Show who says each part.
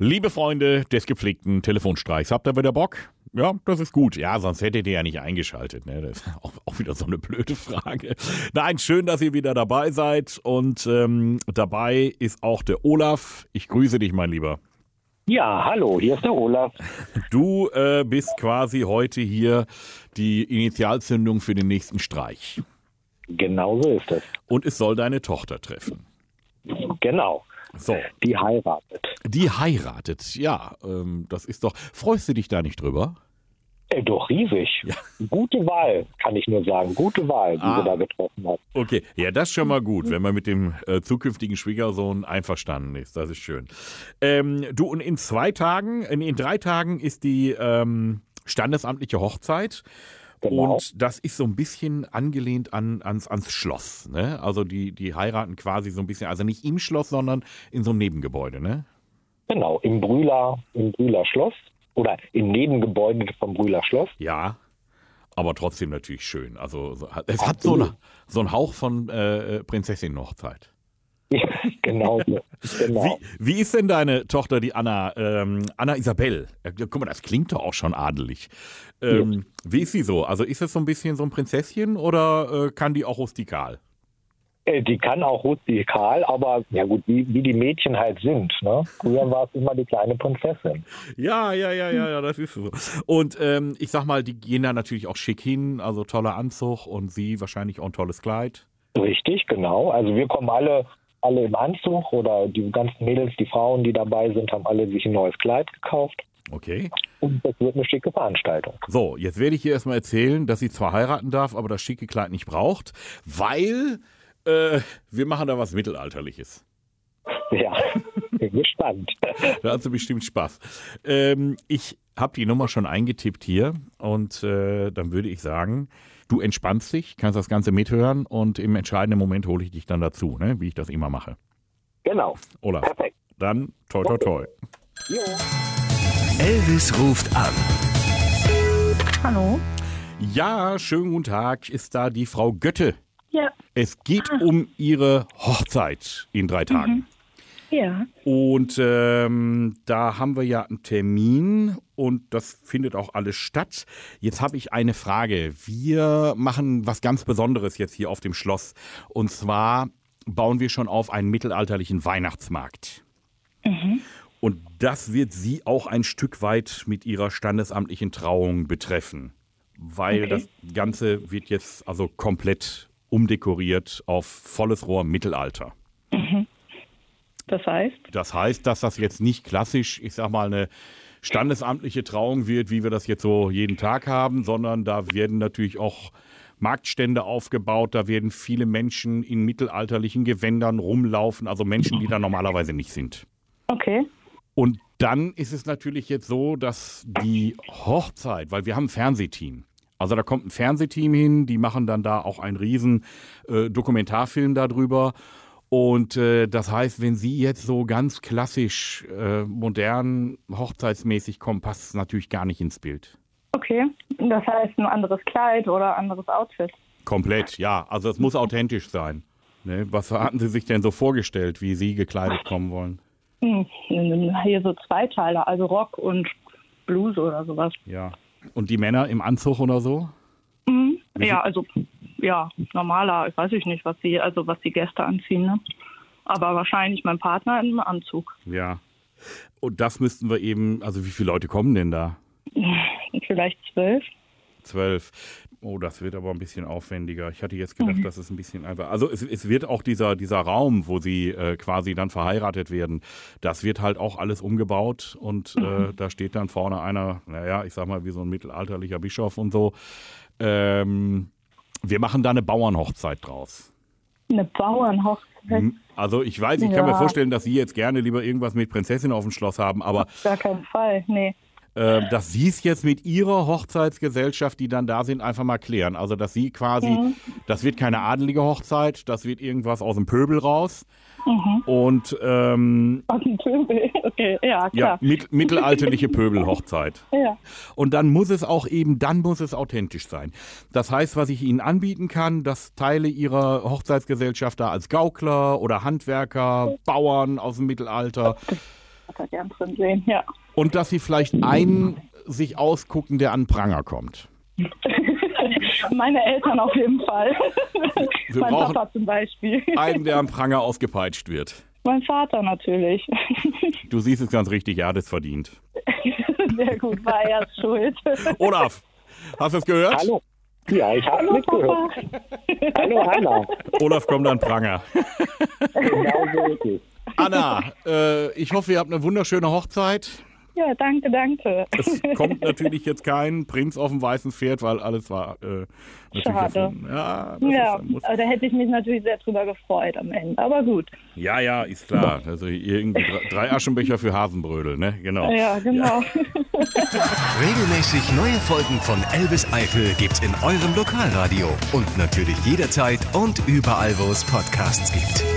Speaker 1: Liebe Freunde des gepflegten Telefonstreichs, habt ihr wieder Bock? Ja, das ist gut. Ja, sonst hättet ihr ja nicht eingeschaltet. Ne? Das ist auch, auch wieder so eine blöde Frage. Nein, schön, dass ihr wieder dabei seid. Und ähm, dabei ist auch der Olaf. Ich grüße dich, mein Lieber.
Speaker 2: Ja, hallo, hier ist der Olaf.
Speaker 1: Du äh, bist quasi heute hier die Initialzündung für den nächsten Streich.
Speaker 2: Genau so ist es.
Speaker 1: Und es soll deine Tochter treffen.
Speaker 2: Genau.
Speaker 1: So,
Speaker 2: Die heiratet.
Speaker 1: die heiratet. Ja, ähm, das ist doch. Freust du dich da nicht drüber?
Speaker 2: Äh, doch riesig. Gute Wahl, kann ich nur sagen. Gute Wahl, die
Speaker 1: Ah.
Speaker 2: sie da getroffen hat.
Speaker 1: Okay, ja, das ist schon mal gut, wenn man mit dem äh, zukünftigen Schwiegersohn einverstanden ist. Das ist schön. Ähm, du, und in zwei Tagen, in, in drei Tagen ist die ähm, standesamtliche Hochzeit.
Speaker 2: Genau.
Speaker 1: Und das ist so ein bisschen angelehnt an, ans, ans Schloss. Ne? Also die, die heiraten quasi so ein bisschen, also nicht im Schloss, sondern in so einem Nebengebäude. Ne?
Speaker 2: Genau, im Brühler, im Brühler Schloss oder im Nebengebäude vom Brühler Schloss.
Speaker 1: Ja, aber trotzdem natürlich schön. Also so- es hat so, eine, so einen Hauch von äh, Prinzessin-Hochzeit.
Speaker 2: Ja, genau so. Genau.
Speaker 1: Wie, wie ist denn deine Tochter, die Anna, ähm, Anna Isabel? Ja, guck mal, das klingt doch auch schon adelig. Ähm, Wie ist sie so? Also ist das so ein bisschen so ein Prinzesschen oder äh, kann die auch rustikal?
Speaker 2: Äh, Die kann auch rustikal, aber ja gut, wie, wie die Mädchen halt sind. Ne? Früher war es immer die kleine Prinzessin.
Speaker 1: Ja, ja, ja, ja, ja, das ist so. Und ähm, ich sag mal, die gehen da natürlich auch schick hin, also toller Anzug und sie wahrscheinlich auch ein tolles Kleid.
Speaker 2: Richtig, genau. Also wir kommen alle, alle im Anzug oder die ganzen Mädels, die Frauen, die dabei sind, haben alle sich ein neues Kleid gekauft.
Speaker 1: Okay.
Speaker 2: Und das wird eine schicke Veranstaltung.
Speaker 1: So, jetzt werde ich ihr erstmal erzählen, dass sie zwar heiraten darf, aber das schicke Kleid nicht braucht, weil äh, wir machen da was Mittelalterliches.
Speaker 2: Ja, bin gespannt.
Speaker 1: Da hast du bestimmt Spaß. Ähm, ich habe die Nummer schon eingetippt hier und äh, dann würde ich sagen, du entspannst dich, kannst das Ganze mithören und im entscheidenden Moment hole ich dich dann dazu, ne? wie ich das immer mache.
Speaker 2: Genau.
Speaker 1: Olaf,
Speaker 2: Perfekt.
Speaker 1: dann toi toi toi.
Speaker 2: Jo.
Speaker 3: Elvis ruft an.
Speaker 4: Hallo?
Speaker 1: Ja, schönen guten Tag, ist da die Frau Götte.
Speaker 4: Ja.
Speaker 1: Es geht um ihre Hochzeit in drei Tagen.
Speaker 4: Ja.
Speaker 1: Und ähm, da haben wir ja einen Termin und das findet auch alles statt. Jetzt habe ich eine Frage. Wir machen was ganz Besonderes jetzt hier auf dem Schloss. Und zwar bauen wir schon auf einen mittelalterlichen Weihnachtsmarkt. Und das wird Sie auch ein Stück weit mit Ihrer standesamtlichen Trauung betreffen. Weil das Ganze wird jetzt also komplett umdekoriert auf volles Rohr Mittelalter.
Speaker 4: Das heißt?
Speaker 1: Das heißt, dass das jetzt nicht klassisch, ich sag mal, eine standesamtliche Trauung wird, wie wir das jetzt so jeden Tag haben, sondern da werden natürlich auch Marktstände aufgebaut, da werden viele Menschen in mittelalterlichen Gewändern rumlaufen, also Menschen, die da normalerweise nicht sind.
Speaker 4: Okay.
Speaker 1: Und dann ist es natürlich jetzt so, dass die Hochzeit, weil wir haben ein Fernsehteam. Also da kommt ein Fernsehteam hin, die machen dann da auch einen riesen äh, Dokumentarfilm darüber. Und äh, das heißt, wenn Sie jetzt so ganz klassisch, äh, modern, hochzeitsmäßig kommen, passt es natürlich gar nicht ins Bild.
Speaker 4: Okay. Das heißt ein anderes Kleid oder anderes Outfit.
Speaker 1: Komplett, ja. Also es muss authentisch sein. Ne? Was hatten Sie sich denn so vorgestellt, wie Sie gekleidet kommen wollen?
Speaker 4: Hm. Hier so Zweiteiler, also Rock und Bluse oder sowas.
Speaker 1: Ja. Und die Männer im Anzug oder so?
Speaker 4: Mhm. Ja, also ja, normaler, ich weiß ich nicht, was sie, also was die Gäste anziehen, ne? Aber wahrscheinlich mein Partner im Anzug.
Speaker 1: Ja. Und das müssten wir eben, also wie viele Leute kommen denn da?
Speaker 4: Vielleicht zwölf.
Speaker 1: Zwölf. Oh, das wird aber ein bisschen aufwendiger. Ich hatte jetzt gedacht, das ist ein bisschen einfach. Also es, es wird auch dieser, dieser Raum, wo sie äh, quasi dann verheiratet werden, das wird halt auch alles umgebaut und äh, da steht dann vorne einer, naja, ich sag mal, wie so ein mittelalterlicher Bischof und so. Ähm, wir machen da eine Bauernhochzeit draus.
Speaker 4: Eine Bauernhochzeit.
Speaker 1: Hm, Also ich weiß, ich kann mir
Speaker 4: Ja.
Speaker 1: vorstellen, dass Sie jetzt gerne lieber irgendwas mit Prinzessin auf dem Schloss haben, aber
Speaker 4: Gar keinen Fall. Nee.
Speaker 1: äh, dass Sie es jetzt mit Ihrer Hochzeitsgesellschaft, die dann da sind, einfach mal klären. Also, dass Sie quasi, das wird keine adelige Hochzeit, das wird irgendwas aus dem Pöbel raus. Und ähm,
Speaker 4: Aus dem Tümpel. Okay, ja,
Speaker 1: ja,
Speaker 4: klar.
Speaker 1: mit, mittelalterliche Pöbelhochzeit.
Speaker 4: Ja.
Speaker 1: Und dann muss es auch eben, dann muss es authentisch sein. Das heißt, was ich Ihnen anbieten kann, dass Teile Ihrer Hochzeitsgesellschaft da als Gaukler oder Handwerker, Bauern aus dem Mittelalter,
Speaker 4: Hat er gern drin sehen, ja.
Speaker 1: Und dass Sie vielleicht einen sich ausgucken, der an den Pranger kommt.
Speaker 4: Meine Eltern auf jeden Fall.
Speaker 1: Wir
Speaker 4: mein
Speaker 1: brauchen-
Speaker 4: Papa zum Beispiel.
Speaker 1: Einen, der am Pranger ausgepeitscht wird.
Speaker 4: Mein Vater natürlich.
Speaker 1: Du siehst es ganz richtig, er hat es verdient.
Speaker 4: Sehr gut, war er schuld.
Speaker 1: Olaf, hast du es gehört?
Speaker 2: Hallo. Ja, ich habe mitgehört. Hallo Hanna.
Speaker 1: Olaf kommt an den Pranger.
Speaker 2: Genau so ist es.
Speaker 1: Anna, äh, ich hoffe, ihr habt eine wunderschöne Hochzeit.
Speaker 4: Ja, danke, danke.
Speaker 1: Es kommt natürlich jetzt kein Prinz auf dem weißen Pferd, weil alles war äh, natürlich
Speaker 4: Schade.
Speaker 1: erfunden. Ja, das
Speaker 4: Ja,
Speaker 1: Ist, muss,
Speaker 4: aber da hätte ich mich natürlich sehr drüber gefreut am Ende. Aber gut.
Speaker 1: ja, ja, ist klar. Also irgendwie drei- drei Aschenbecher für Hasenbrödel, ne? Genau.
Speaker 4: Ja, genau.
Speaker 3: Regelmäßig neue Folgen von Elvis Eifel gibt's in eurem Lokalradio und natürlich jederzeit und überall, wo es Podcasts gibt.